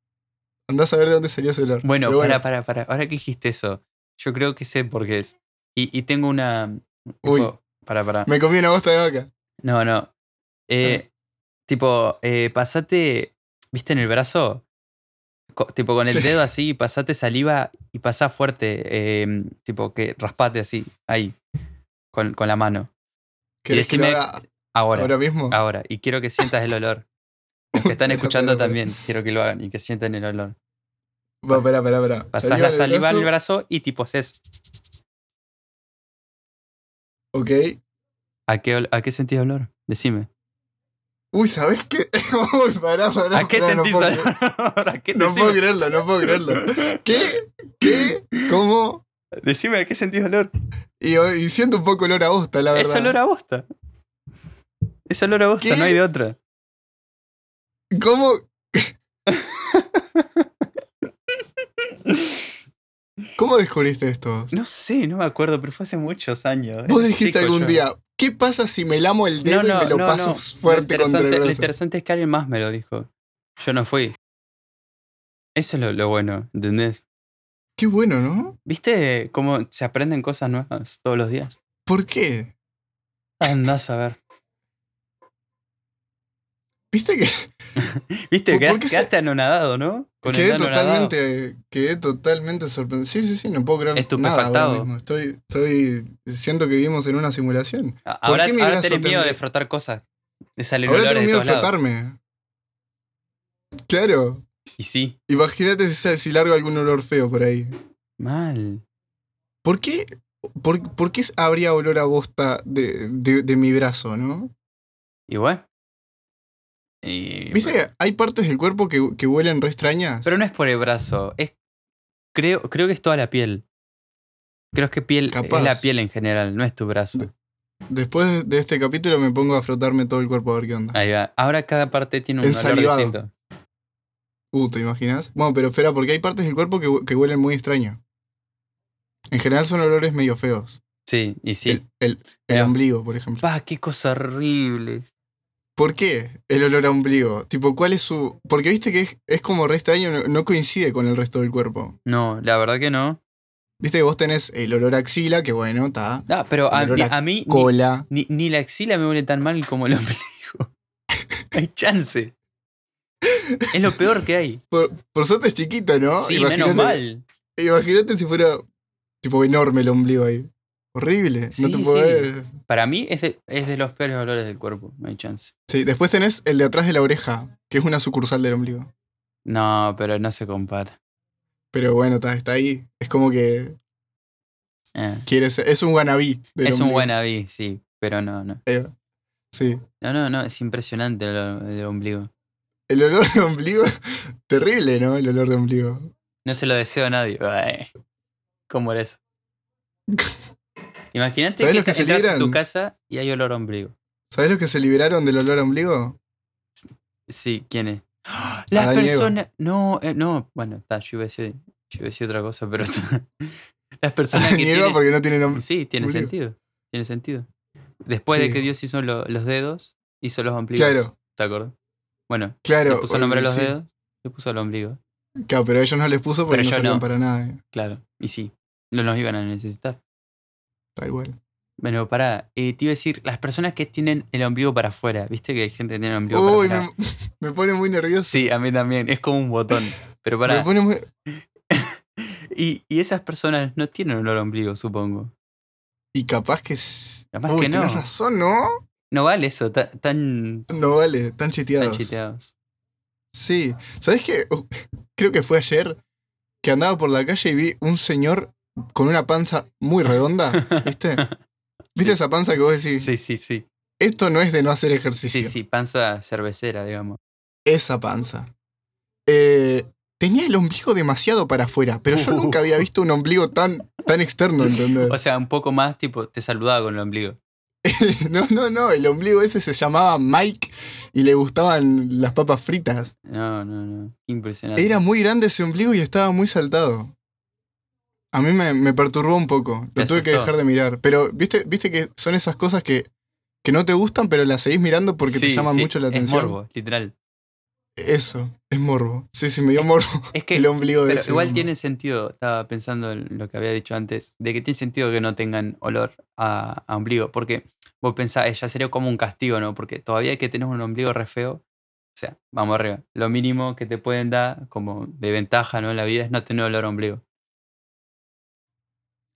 B: andás a ver de dónde salió ese olor.
A: Bueno,
B: Pero
A: para, para, para. Ahora que dijiste eso, yo creo que sé por qué es. Y, y tengo una.
B: Uy.
A: tipo- para, para.
B: Me comí una bosta de vaca.
A: No, no. Eh, tipo, eh, pasate. ¿Viste en el brazo? Co- tipo, con el
B: Sí.
A: dedo así, pasate saliva y pasá fuerte. eh, tipo, que raspate así, ahí. Con, con la mano.
B: ¿Querés que lo
A: decime-
B: haga
A: Ahora, Ah, ahora.
B: ahora mismo?
A: Y quiero que sientas el olor. Los que están
B: Espera,
A: escuchando
B: espera,
A: también, quiero que lo hagan y que sientan el olor.
B: Va, pará, pará, pará.
A: Pasás la saliva
B: al
A: al brazo y tipo haces.
B: Ok.
A: ¿A qué, ol- ¿A qué sentís olor? Decime.
B: Uy, ¿sabés qué? Uy, pará, pará.
A: ¿A qué
B: pará,
A: sentís
B: no puedo,
A: olor?
B: creer-
A: ¿A qué
B: no puedo
A: decime?
B: creerlo, no puedo creerlo. ¿Qué? ¿Qué? ¿Cómo?
A: Decime, ¿a qué sentís olor?
B: Y, y siento un poco olor a bosta, la verdad.
A: Es olor a bosta. Es olor a bosta,
B: ¿Qué?
A: no hay de otra.
B: ¿Cómo? ¿Cómo descubriste esto? vos?
A: No sé, no me acuerdo, pero fue hace muchos años.
B: Vos
A: Era
B: dijiste
A: chico
B: algún
A: yo.
B: día, ¿qué pasa si me lamo el dedo
A: No, no,
B: y me lo
A: no,
B: paso
A: no.
B: fuerte
A: lo
B: contra el
A: interesante, lo
B: brazo?
A: interesante es que alguien más me lo dijo. Yo no fui. Eso es lo, lo bueno, ¿entendés?
B: Qué bueno, ¿no?
A: ¿Viste cómo se aprenden cosas nuevas todos los días?
B: ¿Por qué?
A: Andás a ver.
B: ¿Viste que
A: ¿Viste?
B: ¿Por- por
A: Quedás-
B: qué se-
A: Quedaste anonadado, ¿no? Con el
B: quedé
A: anonadado.
B: totalmente, quedé totalmente sorprendido? Sí, sí, sí, no puedo creer nada ahora
A: Estupefactado.
B: mismo. Estoy, estoy, siento que vivimos en una simulación.
A: A- Ahora,
B: qué mi
A: ahora
B: brazo
A: tenés miedo de
B: tendría-
A: frotar cosas. De salir
B: Ahora
A: olores
B: tengo
A: de
B: miedo de
A: todos lados.
B: flotarme. Claro.
A: Y sí,
B: Imagínate si, sale- si largo algún olor feo por ahí.
A: mal.
B: ¿Por qué, por, por qué habría olor a bosta de, de- de mi brazo, no?
A: Y bueno. Y-
B: ¿Viste que hay partes del cuerpo que, que huelen re extrañas?
A: Pero no es por el brazo. Es, creo, creo que es toda la piel. Creo que piel
B: Capaz.
A: es la piel en general, no es tu brazo.
B: Después de este capítulo me pongo a frotarme todo el cuerpo a ver qué onda.
A: Ahí va. Ahora cada parte tiene un olor
B: Ensalivado.
A: distinto.
B: Uh, ¿te imaginas? Bueno, pero espera, porque hay partes del cuerpo que, hu- que huelen muy extraño. En general son olores medio feos.
A: Sí, y sí.
B: El, el- el
A: Pero-
B: ombligo, por ejemplo.
A: ¡Pah, qué cosa horrible!
B: ¿Por qué el olor a ombligo? Tipo, ¿cuál es su...? Porque viste que es, es como re extraño, no, no coincide con el resto del cuerpo.
A: No, la verdad que no.
B: Viste que vos tenés el olor a axila, que bueno, está.
A: Ah, pero a,
B: El olor
A: mí-
B: a
A: a mí ni-
B: Cola.
A: ni, ni la axila me huele tan mal como el ombligo. hay chance. Es lo peor que hay.
B: Por, por suerte es chiquito, ¿no?
A: sí, menos mal.
B: Imagínate si fuera, tipo, enorme el ombligo ahí. Horrible.
A: Sí,
B: no te
A: sí.
B: podés...
A: Para mí es de, es de los peores olores del cuerpo. No hay chance.
B: Sí, después tenés el de atrás de la oreja, que es una sucursal del ombligo.
A: No, pero no se compara.
B: Pero bueno, está, está ahí. Es como que
A: Eh,
B: quiere ser. Es un wannabe. del
A: Es un
B: ombligo.
A: wannabe, sí. Pero no, no.
B: Ahí va. Sí.
A: No, no, no. Es impresionante el, el ombligo.
B: El olor de ombligo. Terrible, ¿no? El olor de ombligo.
A: No se lo deseo a nadie. Ay, ¿Cómo era eso? Imagínate
B: ¿Sabés
A: que,
B: los que se
A: entras a tu
B: libran?
A: casa y hay olor a ombligo.
B: ¿Sabés los que se liberaron del olor a ombligo?
A: Sí, ¿quién es? Las
B: ¡Ah! Adán y Eva.
A: personas. No, eh, no. Bueno, está, yo iba a decir, yo iba a decir otra cosa, pero. está. Las personas que.
B: Ni Eva
A: tienen-
B: porque no tiene nombre.
A: Sí, tiene
B: ombligo.
A: sentido. Tiene sentido. Después de
B: Sí.
A: que Dios hizo lo- los dedos, hizo los ombligos.
B: Claro.
A: ¿Te acuerdas? Bueno,
B: Claro. eh,
A: le puso nombre a los
B: sí.
A: dedos, le puso el ombligo.
B: Claro, pero a ellos no les puso porque
A: Pero
B: no
A: yo
B: servían
A: no.
B: para nada. eh.
A: Claro. Y sí, no los iban a necesitar.
B: Tal cual.
A: Bueno, pará. eh, te iba a decir, las personas que tienen el ombligo para afuera, ¿viste que hay gente que tiene el ombligo
B: Uy,
A: para
B: me,
A: afuera?
B: me pone muy nervioso.
A: Sí, a mí también. Es como un botón. Pero pará.
B: Me pone muy-
A: Y, y esas personas no tienen olor a ombligo, supongo.
B: Y capaz que. s-
A: Capaz
B: Uy,
A: que no.
B: tenés razón, ¿no?
A: No vale eso, ta- tan,
B: No vale, están
A: tan
B: chiteados.
A: chiteados.
B: Sí, ¿sabes qué? Uh, Creo que fue ayer que andaba por la calle y vi un señor con una panza muy redonda, ¿viste? ¿Viste esa panza que vos decís?
A: Sí, sí, sí.
B: Esto no es de no hacer
A: Sí,
B: ejercicio.
A: sí, panza cervecera, digamos.
B: Esa panza. Eh, tenía el ombligo demasiado para afuera, pero yo
A: Uh.
B: nunca había visto un ombligo tan, tan externo, ¿entendés?
A: O sea, un poco más, tipo, te saludaba con el ombligo.
B: No, no, no, el ombligo ese se llamaba Mike y le gustaban las papas fritas.
A: No, no, no. Impresionante.
B: Era muy grande ese ombligo y estaba muy saltado. A mí me, me perturbó un poco.
A: Te
B: Lo tuve que
A: asustó.
B: dejar de mirar. Pero viste, viste que son esas cosas que, que no te gustan, pero las seguís mirando porque te
A: Sí,
B: llaman
A: sí,
B: mucho la atención.
A: Es morbo, literal.
B: Eso, es morbo. Sí, sí, me dio morbo
A: Es que
B: el ombligo de
A: pero
B: ese
A: igual
B: hombre.
A: tiene sentido, estaba pensando en lo que había dicho antes, de que tiene sentido que no tengan olor a, a ombligo, porque vos pensás, eh, ya sería como un castigo, ¿no? Porque todavía que tenés un ombligo re feo, o sea, vamos arriba, lo mínimo que te pueden dar como de ventaja, ¿no? En la vida es no tener olor a ombligo.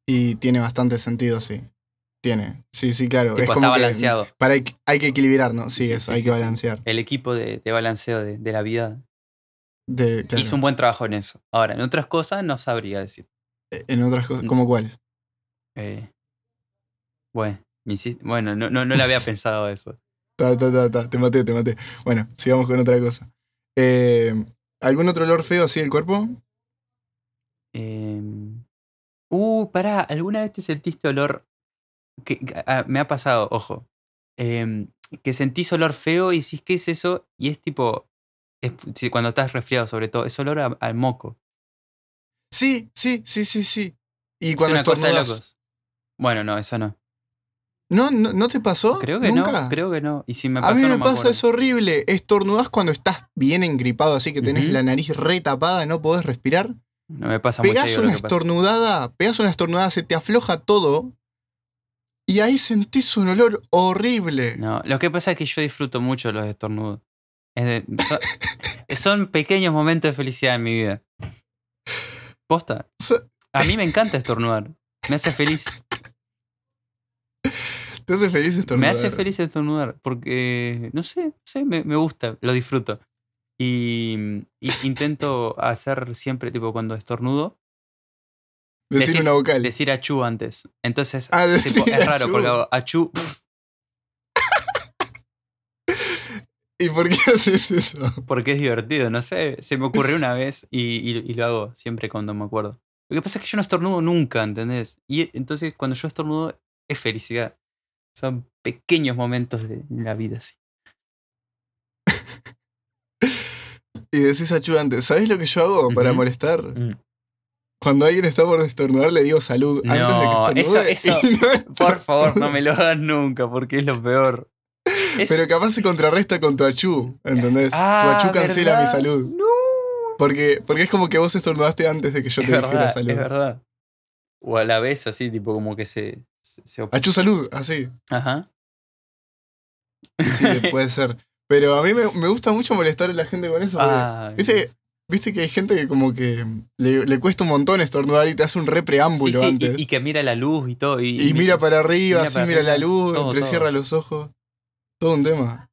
B: Y tiene bastante sentido, sí. Tiene. Sí, sí, claro.
A: Tipo,
B: es
A: está
B: como que
A: balanceado.
B: para, hay, hay que equilibrar, ¿no? Sí,
A: Sí,
B: eso,
A: sí,
B: hay
A: sí,
B: que
A: sí.
B: balancear.
A: El equipo de, de balanceo de, de la vida
B: De- claro,
A: hizo un buen trabajo en eso. Ahora, en otras cosas no sabría decir.
B: En otras
A: Mm.
B: cosas, ¿como cuál?
A: Eh, bueno, me hiciste- bueno no, no, no le había pensado eso.
B: Ta, ta, ta, ta, Te maté, te maté. Bueno, sigamos con otra cosa. Eh, ¿Algún otro olor feo así del cuerpo?
A: Eh, uh, pará, ¿alguna vez te sentiste olor? Que, que- ah, me ha pasado, ojo. Em, que sentís olor feo y decís, ¿qué es eso? Y es tipo, es- sí, cuando estás resfriado sobre todo, es olor a- al moco.
B: Sí, sí, sí, sí, sí. Y
A: Es
B: cuando
A: una cosa de
B: estornudas.
A: locos. Bueno, no, eso no.
B: ¿No, no, ¿No te pasó?
A: Creo que
B: ¿Nunca?
A: no, creo que no. Y si me pasó,
B: A mí me
A: no
B: pasa,
A: acuerdo.
B: es horrible. Estornudás cuando estás bien engripado, así que tenés
A: Ujú.
B: la nariz retapada, no podés respirar.
A: No me pasa muy
B: Pegás
A: seguido lo
B: una
A: que pasa.
B: estornudada, pegás una estornudada, se te afloja todo. Y ahí sentís un olor horrible.
A: No, lo que pasa es que yo disfruto mucho los estornudos. Es de- so- son pequeños momentos de felicidad en mi vida. Posta.
B: So-
A: A mí me encanta estornudar. Me hace feliz.
B: Te hace feliz
A: Me
B: estornudar.
A: hace feliz estornudar. Porque, no sé, no sé, me, me gusta, lo disfruto. Y, y intento hacer siempre, tipo, cuando estornudo,
B: Decir,
A: Decir-
B: una vocal.
A: decir achú antes. Entonces,
B: Ah, decir
A: tipo, es raro
B: ayú.
A: porque hago achú.
B: ¿Y por qué haces eso?
A: Porque es divertido, no sé. Se me ocurrió una vez y, y- y lo hago siempre cuando me acuerdo. Lo que pasa es que yo no estornudo nunca, ¿entendés? Y entonces cuando yo estornudo es felicidad. Son pequeños momentos de la vida, sí.
B: Y decís a Chu antes, ¿sabés lo que yo hago para
A: Ujú.
B: molestar?
A: Mm.
B: Cuando alguien está por destornudar, le digo salud
A: No,
B: antes de que estornude.
A: eso-
B: y no
A: Por favor, no me lo hagas nunca, porque es lo peor. Es-
B: Pero capaz se contrarresta con tu achú, ¿entendés?
A: Ah,
B: tu achú cancela
A: ¿verdad?
B: mi salud.
A: No.
B: Porque, porque es como que vos estornudaste antes de que yo
A: Es
B: te dijera
A: verdad, es
B: salud.
A: verdad. O a la vez así, tipo como que se, se, se op-
B: Achú salud, así.
A: Ajá.
B: Sí, puede ser. Pero a mí me, me gusta mucho molestar a la gente con eso. porque,
A: Ay.
B: ¿viste, viste que hay gente que como que le, le cuesta un montón estornudar y te hace un re
A: Sí,
B: preámbulo
A: sí, y-
B: antes.
A: y,
B: Y,
A: que mira la luz y todo. Y, y
B: mira para arriba,
A: mira
B: así
A: para
B: mira la
A: arriba,
B: luz,
A: todo,
B: entrecierra
A: todo.
B: los ojos. Todo un tema.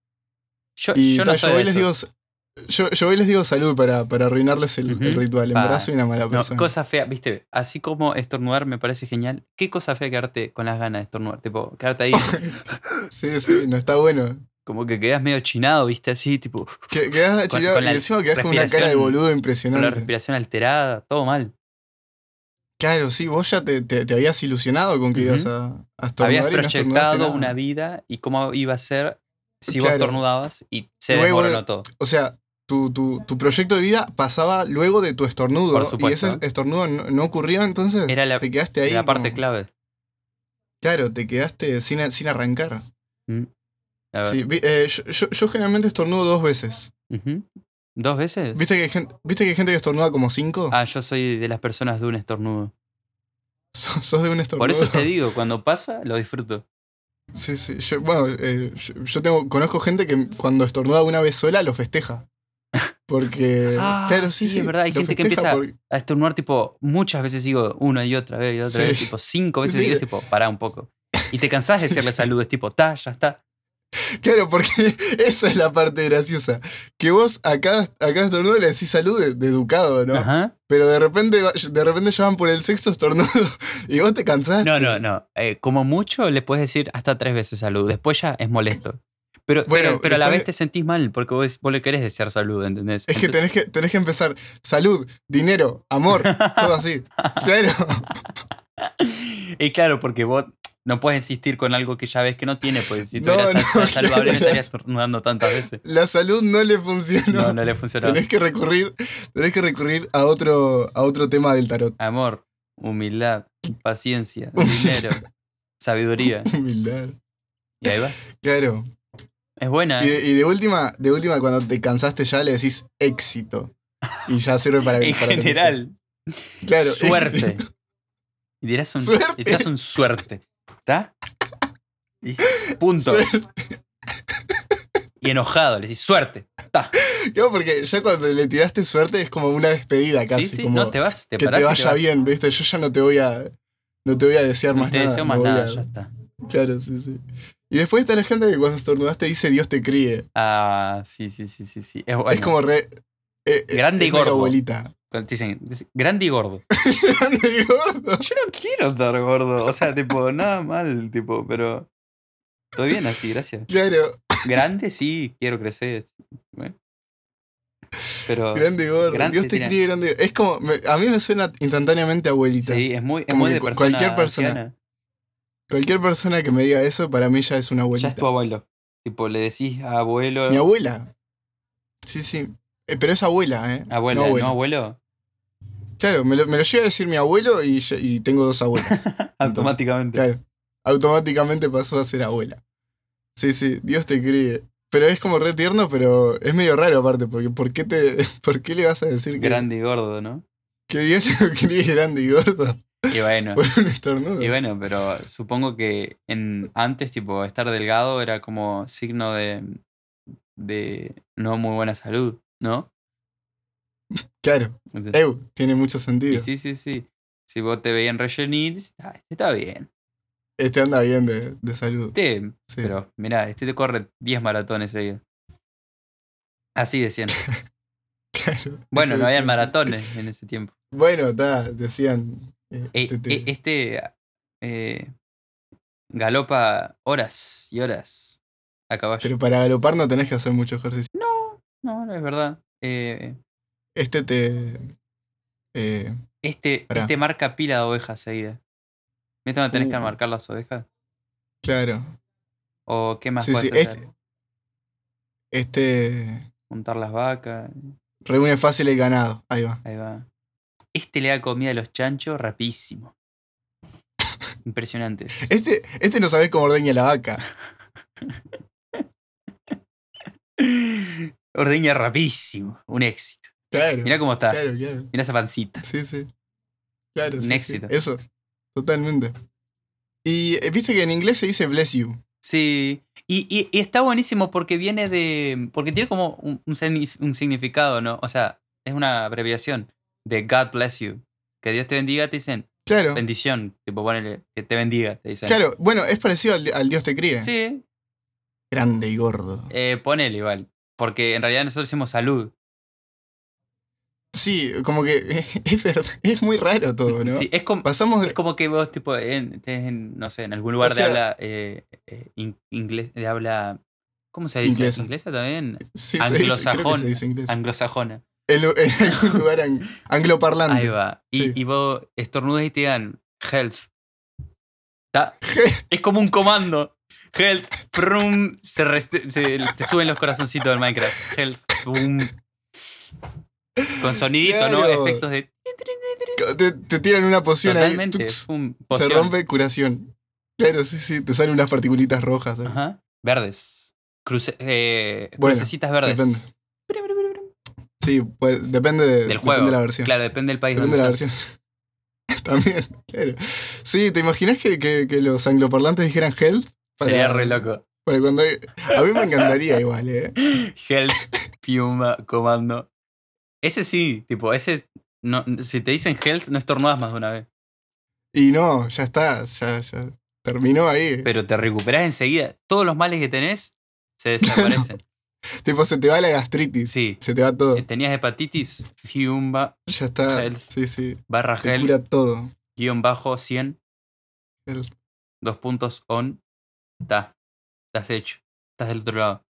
A: Yo,
B: Y
A: yo
B: ta,
A: no
B: yo,
A: soy de
B: voy y les
A: esos.
B: digo, yo, yo voy y les digo salud para, para arruinarles el, el
A: Ujú.
B: ritual. En
A: Pa.
B: verdad soy una mala
A: No,
B: persona.
A: cosa fea, viste, así como estornudar me parece genial, qué cosa fea quedarte con las ganas de estornudar, tipo, quedarte ahí,
B: Sí, sí, no está bueno.
A: como que quedas medio chinado, viste, así, tipo,
B: Que- Quedás
A: Con-
B: achicado
A: con
B: y
A: la
B: encima quedás con una cara de
A: respiración-
B: boludo
A: con la
B: impresionante.
A: respiración alterada, todo mal.
B: Claro, sí, vos ya te, te- te habías ilusionado con que
A: Ujú.
B: ibas a, a estornudar
A: Habías
B: y no estornudaste
A: proyectado
B: nada.
A: una vida y cómo iba a ser si vos
B: Claro. eh,
A: estornudabas y se
B: Luego-
A: desmoronó todo.
B: O sea, tu, tu- tu proyecto de vida pasaba luego de tu estornudo.
A: Por supuesto.
B: Y ese estornudo no, no ocurrió, entonces
A: Era la,
B: te quedaste ahí.
A: la parte
B: como-
A: clave.
B: Claro, te quedaste sin, sin arrancar.
A: la verdad.
B: Sí, vi- eh, yo, yo- yo generalmente estornudo dos veces.
A: Ujú. ¿Dos veces?
B: ¿Viste que, hay gen- ¿Viste que hay gente que estornuda como cinco?
A: Ah, yo soy de las personas de un estornudo.
B: Sos sos de un estornudo.
A: Por eso te digo, cuando pasa, lo disfruto.
B: Sí, sí. Yo, bueno, eh, yo, yo tengo, conozco gente que cuando estornuda una vez sola lo festeja. Porque.
A: Ah,
B: claro, sí,
A: sí,
B: sí.
A: es verdad, hay
B: lo
A: gente que
B: festeja
A: empieza- A estornudar, tipo, muchas veces digo una y otra vez y otra
B: Sí.
A: vez, tipo, cinco veces
B: Sí.
A: digo, tipo, pará un poco. Y te cansás de decirle saludos, tipo, ta, ya está.
B: porque- claro, porque esa es la parte graciosa. Que vos acá, acá estornudo le decís salud de, de educado, ¿no?
A: Ajá.
B: Pero de repente, va- de repente ya van por el sexto estornudo y vos te cansás.
A: No, no, no. Eh, como mucho le puedes decir hasta tres veces salud. Después ya es molesto. Pero,
B: Bueno,
A: pero, pero a la
B: después-
A: vez te sentís mal porque vos, vos le querés desear salud, ¿entendés?
B: Es que
A: Entonces-
B: tenés, que tenés que empezar salud, dinero, amor, todo así. Claro.
A: y claro, porque vos no puedes insistir con algo que ya ves que no tiene, porque si
B: No,
A: tuvieras
B: no,
A: algo tan
B: claro,
A: saludable no
B: claro.
A: estarías tornudando tantas veces.
B: La salud no le funcionó.
A: No, no le funcionaba.
B: Tenés que recurrir, tenés que recurrir a otro, a otro tema del tarot.
A: Amor, humildad, paciencia, dinero, sabiduría.
B: Humildad.
A: Y ahí vas.
B: Claro.
A: Es buena.
B: Y
A: ¿eh?
B: de, y de última, de última, cuando te cansaste ya le decís éxito. Y ya sirve para
A: en
B: para
A: general,
B: pensar. Claro,
A: suerte. Y dirás un
B: Suerte.
A: suerte. Y dirás un suerte. ¿Está? Y- Punto.
B: Suerte.
A: Y enojado, le decís suerte. ¿Está?
B: Claro, porque ya cuando le tiraste suerte es como una despedida casi.
A: Sí, sí,
B: como
A: no te vas, te
B: que
A: parás.
B: te
A: y
B: vaya
A: vas.
B: bien, viste. Yo ya no te voy a. No te voy a desear
A: No
B: más
A: te
B: nada.
A: deseo más
B: no voy
A: nada,
B: a-
A: ya está.
B: Claro, sí, sí. Y después está la gente que cuando estornudaste dice Dios te críe.
A: Ah, sí, sí, sí, sí, sí. Es, bueno.
B: es como re. eh, eh,
A: Grande y
B: es medio
A: gordo.
B: abuelita.
A: Cuando te dicen, dicen, grande y gordo.
B: Grande y gordo.
A: Yo no quiero estar gordo. O sea, tipo, nada mal, tipo, pero. Estoy bien así, gracias.
B: Claro,
A: Grande, sí, quiero crecer. Bueno. Pero.
B: grande y gordo.
A: Oh, grande
B: Dios te
A: tiene-
B: críe grande. y gordo. Es como. me- a mí me suena instantáneamente abuelita.
A: Sí, es muy, es
B: Como
A: muy
B: que
A: de
B: cu-
A: persona
B: cualquier persona.
A: anciana.
B: Cualquier persona que me diga eso, para mí ya es una
A: Ya
B: abuelita.
A: es tu abuelo. Tipo, le decís a abuelo.
B: Mi abuela. Sí, sí. Eh, pero es abuela, ¿eh?
A: Abuela,
B: no
A: no,
B: abuelo.
A: abuelo.
B: Claro, me lo, me lo llega a decir mi abuelo y, yo- y tengo dos abuelas.
A: Automáticamente.
B: claro. Automáticamente pasó a ser abuela. Sí, sí, Dios te críe. Pero es como re tierno, pero es medio raro aparte, porque ¿por qué, te, ¿por qué le vas a decir que,
A: Grande y gordo, ¿no?
B: que Dios lo críe grande y gordo
A: Y bueno.
B: por un estornudo?
A: Y bueno, pero supongo que en, antes, tipo, estar delgado era como signo de, de no muy buena salud, ¿no?
B: Claro,
A: Entonces-
B: eu, tiene mucho
A: y
B: sentido.
A: sí, sí, sí. Si vos te veían rellenir, dices, "Ah, este está bien.
B: Este anda bien de, de salud.
A: Este,
B: sí.
A: pero mirá, este te corre 10 maratones seguidos. Así decían.
B: Claro.
A: Bueno,
B: Eso
A: no habían
B: decían.
A: maratones en ese tiempo.
B: Bueno, está, decían. eh,
A: Eh,
B: te- te-
A: eh, este eh, galopa horas y horas a caballo.
B: Pero para galopar no tenés que hacer mucho ejercicio.
A: no, no es verdad. Eh,
B: Este te. eh,
A: Este,
B: Pará.
A: este marca pila de ovejas seguida. ¿Viste cuando Este tenés que
B: Uh.
A: marcar las ovejas?
B: claro.
A: ¿O qué más
B: Sí,
A: puedes
B: sí,
A: hacer?
B: Este
A: Juntar las vacas,
B: reúne fácil el ganado. Ahí va.
A: ahí va. Este le da comida a los chanchos rapidísimo. Impresionantes.
B: Este, este no sabés cómo ordeña la vaca.
A: Ordeña rapidísimo. Un éxito.
B: Claro.
A: Mirá cómo está.
B: claro, claro.
A: Mirá esa pancita.
B: Sí, sí. Claro,
A: Un
B: sí, sí.
A: éxito.
B: Eso. Totalmente. Y eh, viste que en inglés se dice bless you.
A: Sí. Y, y- y está buenísimo porque viene de. Porque tiene como un, un signif- un significado, ¿no? O sea, es una abreviación de God bless you. Que Dios te bendiga, te dicen
B: Claro.
A: bendición. Tipo, ponele que te bendiga, te dicen.
B: Claro, bueno, es parecido al, al Dios te críe.
A: Sí,
B: Grande y gordo.
A: eh, ponele igual. Porque en realidad nosotros decimos salud.
B: Sí, como que es verdad, es muy raro todo, ¿no?
A: Sí, es, com-
B: Pasamos
A: es
B: de.
A: como que vos, tipo, en, estés en, no sé, en algún lugar
B: O
A: de
B: sea-
A: habla eh, eh, in- inglés, de habla. ¿Cómo se dice?
B: Inglesa.
A: ¿Inglesa también?
B: Sí, se dice- creo que se
A: anglosajón.
B: dice inglés.
A: Anglosajona.
B: En, lu- en algún lugar ang- angloparlante.
A: Ahí va. Y,
B: Sí.
A: y vos estornudas y te dan health. Ta- Es como un comando. Health. Prum, se rest- se- te suben los corazoncitos del Minecraft. Health. boom. Con sonidito,
B: Claro.
A: ¿no? Efectos de.
B: Te, te tiran una poción
A: Totalmente.
B: ahí. tucs,
A: pum,
B: se
A: poción.
B: rompe curación. Claro, sí, sí, te salen unas particulitas rojas. ¿eh?
A: Ajá. Verdes. Cruce- eh,
B: Bueno,
A: crucecitas verdes.
B: depende. Sí, pues depende, de,
A: Del
B: depende
A: juego.
B: de la versión.
A: Claro, depende del país.
B: Depende de
A: donde
B: la
A: estás.
B: versión. También, claro. Sí, ¿te imaginas que, que- que los angloparlantes dijeran health? para-
A: Sería re loco.
B: para cuando hay- A mí me encantaría igual, ¿eh?
A: Health, Piuma, Comando. Ese sí, tipo, ese. No, si te dicen health, no estornudas más de una vez.
B: Y no, ya está, ya, ya. Terminó ahí.
A: Pero te recuperás enseguida. Todos los males que tenés se desaparecen.
B: Tipo, se te va la gastritis.
A: Sí. eh,
B: Se te va todo.
A: Tenías hepatitis, Fiumba,
B: Ya está.
A: Health.
B: Sí, sí.
A: barra
B: Te
A: health,
B: cura todo.
A: guión bajo 100,
B: Health.
A: dos puntos on. Está. Estás hecho. Estás del otro lado.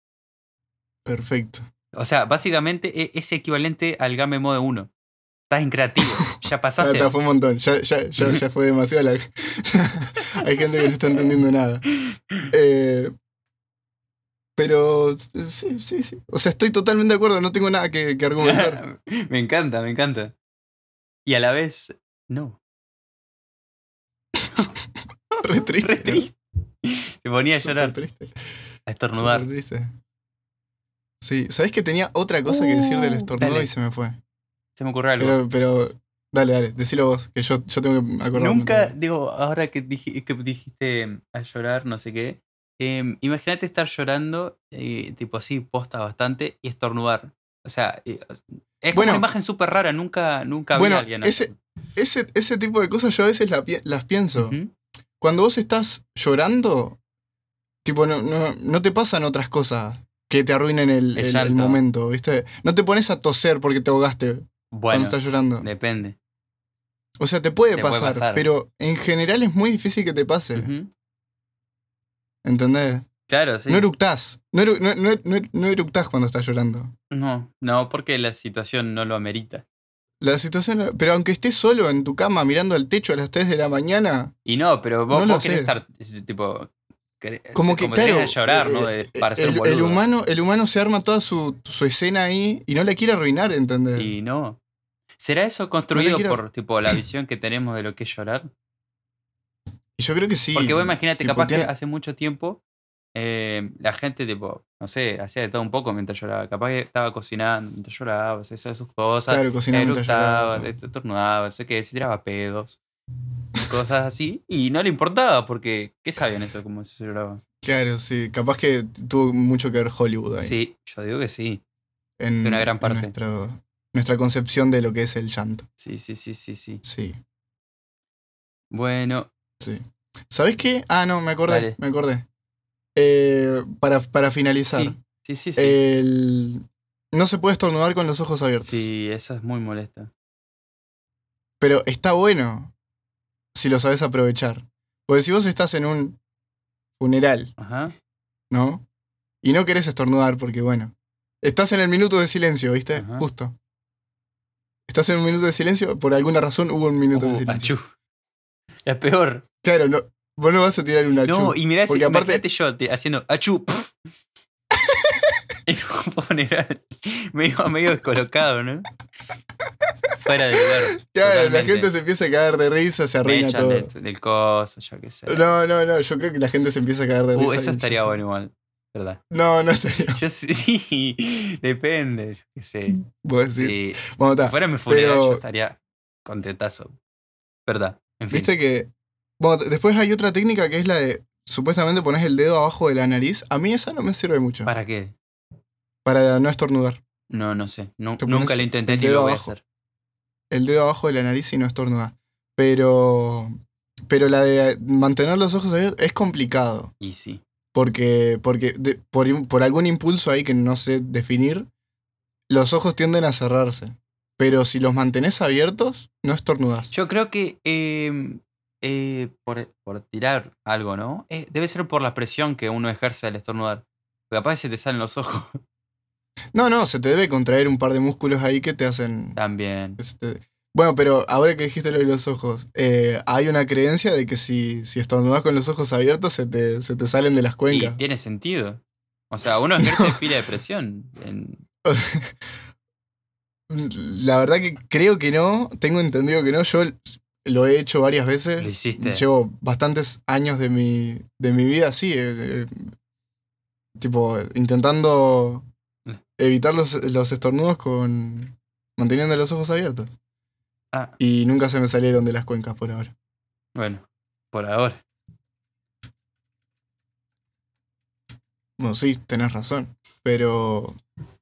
B: Perfecto.
A: O sea, básicamente e- es equivalente al game mode 1. Estás en creativo. Ya
B: Ya
A: pasaste.
B: Ah, está, fue un montón. Ya, ya, ya, ya fue demasiado la. Hay gente que no está entendiendo nada. Eh, pero. Sí, sí, sí. O sea, estoy totalmente de acuerdo. No tengo nada que, que argumentar.
A: me encanta, me encanta. Y a la vez, no.
B: Re triste.
A: Re triste. Se ponía a
B: Súper
A: llorar,
B: triste.
A: a estornudar.
B: Súper triste. Sí, ¿sabés que tenía otra cosa que decir del
A: Uh,
B: estornudo
A: dale.
B: y se me fue?
A: Se me ocurrió algo.
B: Pero, pero. Dale, dale, decilo vos, que yo, yo tengo que acordarme.
A: Nunca,
B: también.
A: digo, ahora que, dij- que dijiste mm, a llorar, no sé qué. em, Imagínate estar llorando, eh, tipo así, posta bastante, y estornudar. O sea, eh, es como
B: Bueno.
A: una imagen súper rara, nunca, nunca
B: Bueno,
A: vi a alguien.
B: ese- Ese, ese tipo de cosas yo a veces la pi- las pienso.
A: Ujú.
B: Cuando vos estás llorando, tipo, no, no, no te pasan otras cosas que te arruinen el,
A: El
B: el- el
A: llanto.
B: momento, ¿viste? No te pones a toser porque te ahogaste cuando
A: Bueno,
B: estás llorando.
A: depende.
B: O sea, te puede,
A: te puede
B: pasar,
A: pasar.
B: pero en general es muy difícil que te pase,
A: Ujú.
B: ¿entendés?
A: Claro, sí.
B: No eructás. No, eru- no, no- no- no eructás cuando estás llorando.
A: No, no, porque la situación no lo amerita.
B: La situación... Pero aunque estés solo en tu cama mirando al techo a las 3 de la mañana...
A: Y no, pero vos,
B: No lo
A: vos querés
B: sé.
A: estar, es, tipo. querés-
B: Como que,
A: tenés
B: claro,
A: a llorar, ¿no?
B: eh,
A: De- para ser un
B: el,
A: boludo.
B: el humano, el humano se arma toda su, su escena ahí y no la quiere arruinar, ¿entendés?
A: Y no. ¿Será eso construido
B: eh. quiero-
A: por tipo la visión que tenemos de lo que es llorar?
B: Y yo creo que sí.
A: Porque vos imagínate,
B: tipo,
A: capaz que
B: tiene-
A: hace mucho tiempo eh, la gente, tipo, no sé, hacía de todo un poco mientras lloraba. Capaz que estaba cocinando mientras lloraba, eso de sus cosas.
B: Claro, cocinando mientras
A: eructaba,
B: lloraba.
A: estornudaba, no sé qué, se tiraba pedos, cosas así. Y no le importaba, porque ¿qué sabían eso? Cómo se lloraba.
B: Claro, sí. Capaz que tuvo mucho que ver Hollywood ahí.
A: Sí, yo digo que sí.
B: en,
A: de una gran
B: en
A: parte.
B: nuestro- nuestra concepción de lo que es el llanto.
A: Sí, sí, sí, sí, sí.
B: Sí,
A: Bueno,
B: sí. ¿Sabés qué? Ah, no, me acordé,
A: Dale.
B: me acordé. Eh, para, para finalizar,
A: sí, sí, sí. Sí.
B: Eh, el- no se puede estornudar con los ojos abiertos.
A: Sí, eso es muy molesto.
B: Pero está bueno si lo sabes aprovechar. Porque si vos estás en un funeral,
A: Ajá.
B: ¿no? Y no querés estornudar porque, bueno, estás en el minuto de silencio, ¿viste?
A: Ajá.
B: Justo. Estás en un minuto de silencio, por alguna razón hubo un minuto de
A: Uh,
B: silencio.
A: achú. Es peor.
B: Claro, no, Vos no vas a tirar un achú.
A: No, y mirá, ese-
B: porque aparte-
A: imagínate yo te- haciendo achú. pf. en un funeral. Medio, medio descolocado, ¿no? Fuera del lugar.
B: claro, la
A: totalmente.
B: gente se empieza a cagar de risa, se
A: Me
B: arruina
A: echan
B: todo.
A: de- del coso, yo qué sé.
B: No, no, no, yo creo que la gente se empieza a cagar de
A: Uh,
B: risa.
A: eso
B: del
A: estaría
B: chiste.
A: bueno igual, ¿verdad?
B: No, no estaría
A: Yo sí, sí, depende, yo qué sé.
B: bueno. decir.
A: Sí,
B: Bueno,
A: Si
B: ta,
A: fuera mi funeral,
B: pero-
A: yo estaría contentazo. ¿Verdad? En fin.
B: Viste que. Bueno, t- después hay otra técnica que es la de supuestamente pones el dedo abajo de la nariz. A mí esa no me sirve mucho.
A: ¿Para qué?
B: Para no estornudar.
A: No, no sé. Nu-
B: Te
A: nunca
B: pones
A: lo intenté
B: el
A: ni
B: dedo
A: lo voy a
B: abajo.
A: hacer.
B: El dedo abajo de la nariz y no estornudar. Pero. Pero la de mantener los ojos abiertos es complicado.
A: Y sí.
B: Porque, porque de- por, im- por algún impulso ahí que no sé definir, los ojos tienden a cerrarse. Pero si los mantenés abiertos, no estornudás.
A: Yo creo que eh, eh, por, por tirar algo, ¿no? Eh, debe ser por la presión que uno ejerce al estornudar. Porque capaz se te salen los ojos
B: No, no, se te debe contraer un par de músculos ahí que te hacen...
A: también.
B: que se te- Bueno, pero ahora que dijiste lo de los ojos, eh, hay una creencia de que si, si estornudás con los ojos abiertos, se te, se te salen de las
A: Y
B: cuencas.
A: tiene sentido. O sea, uno ejerce pila de presión. en-
B: La verdad que creo que no, tengo entendido que no, yo lo he hecho varias veces.
A: Lo hiciste.
B: Eh, Llevo bastantes años de mi, de mi vida así, eh, eh, tipo, intentando
A: Mm.
B: evitar los, los estornudos con manteniendo los ojos abiertos.
A: Ah,
B: Y nunca se me salieron de las cuencas por ahora.
A: bueno, por ahora.
B: Bueno, sí, tenés razón, pero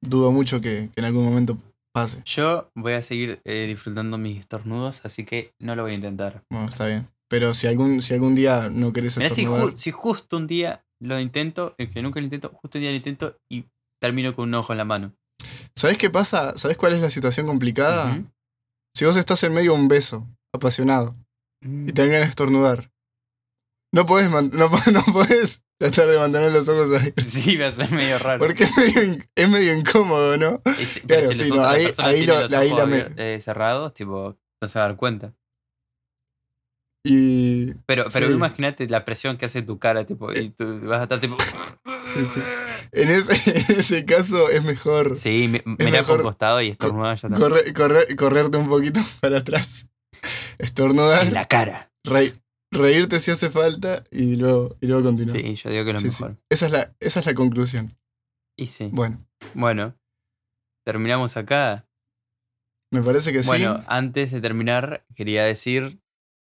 B: dudo mucho que, que en algún momento pase.
A: Yo voy a seguir eh, disfrutando mis estornudos, así que no lo voy a intentar.
B: Bueno, está bien. Pero si algún, si algún día no querés
A: Mirá, si,
B: estornudar...
A: ju- si justo un día lo intento, el que nunca lo intento, justo un día lo intento y termino con un ojo en la mano.
B: ¿Sabés qué pasa? ¿Sabés cuál es la situación complicada?
A: Ujú.
B: Si vos estás en medio de un beso, apasionado, y te dan ganas de estornudar. No podés, man- no, po- no podés tratar de mantener los ojos abiertos.
A: Sí, va a ser medio raro.
B: Porque es medio, in- es medio incómodo, ¿no?
A: Es- pero
B: Claro,
A: si los
B: sí, no,
A: otras
B: ahí-
A: personas
B: ahí
A: tienen
B: lo-
A: los
B: ahí
A: ojos
B: la me-
A: abier- eh, cerrados, tipo, no se va a dar cuenta.
B: Y.
A: Pero, pero
B: Sí. Eh.
A: imagínate la presión que hace tu cara, tipo, y tú vas a estar tipo.
B: Sí, sí. En ese, en ese caso es mejor
A: Sí, mi- mira por
B: mejor
A: el costado y estornuda ya también.
B: corre- corre- correrte un poquito para atrás.
A: En
B: Estornudar,
A: la cara.
B: re- reírte si hace falta y luego, y luego continuar.
A: Sí, yo digo que es lo
B: Sí, sí.
A: mejor.
B: Esa, es la, esa es la conclusión.
A: Y sí.
B: Bueno,
A: Bueno, terminamos acá.
B: me parece que
A: Bueno,
B: Eh, sí.
A: antes de terminar, quería decir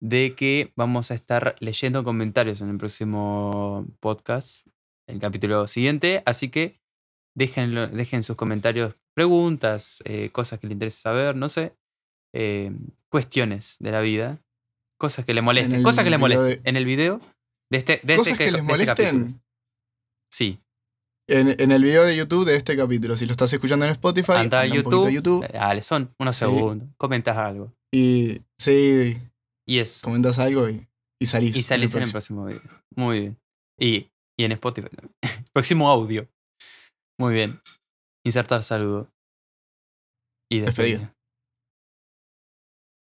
A: de que vamos a estar leyendo comentarios en el próximo podcast, el capítulo siguiente, así que déjenlo, dejen sus comentarios, preguntas, eh, cosas que les interese saber, no sé, eh, cuestiones de la vida, cosas que les molesten,
B: el
A: cosas que les
B: video
A: molesten en el video de este, de este
B: Cosas
A: que-
B: que les
A: de este capítulo.
B: molesten.
A: sí,
B: En, en el video de YouTube de este capítulo. Si lo estás escuchando en Spotify,
A: anda a
B: anda un
A: YouTube,
B: poquito a YouTube.
A: dale, son unos
B: Sí.
A: segundos, comentas algo
B: Y sí,
A: y eso.
B: comentas algo y, y salís.
A: Y salís en el próximo video. Muy bien. Y, y en Spotify también. Próximo audio. Muy bien. Insertar saludo. Y
B: Despedida.
A: despedida.